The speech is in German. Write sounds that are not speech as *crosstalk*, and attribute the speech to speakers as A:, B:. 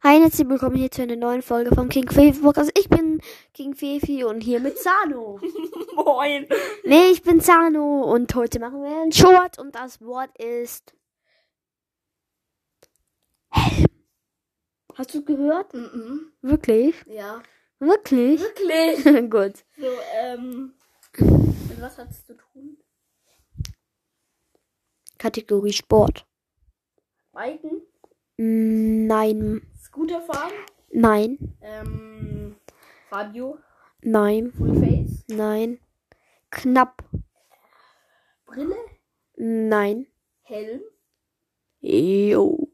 A: Hi und herzlich willkommen hier zu einer neuen Folge vom King Fefi Podcast. Ich bin King Fefi und hier mit *laughs* Zano.
B: *laughs* Moin.
A: nee, ich bin Zano und heute machen wir ein Short und das Wort ist Helm. Hast du gehört?
B: Mhm.
A: Wirklich?
B: Ja.
A: Wirklich? *laughs*
B: Wirklich?
A: Gut.
B: So, ähm. Mit was hat's zu tun?
A: Kategorie Sport.
B: Biken?
A: Mm, Nein.
B: Scooterfahren?
A: Nein.
B: Ähm. Radio?
A: Nein.
B: Fullface?
A: Nein. Knapp.
B: Brille?
A: Nein.
B: Helm?
A: Jo.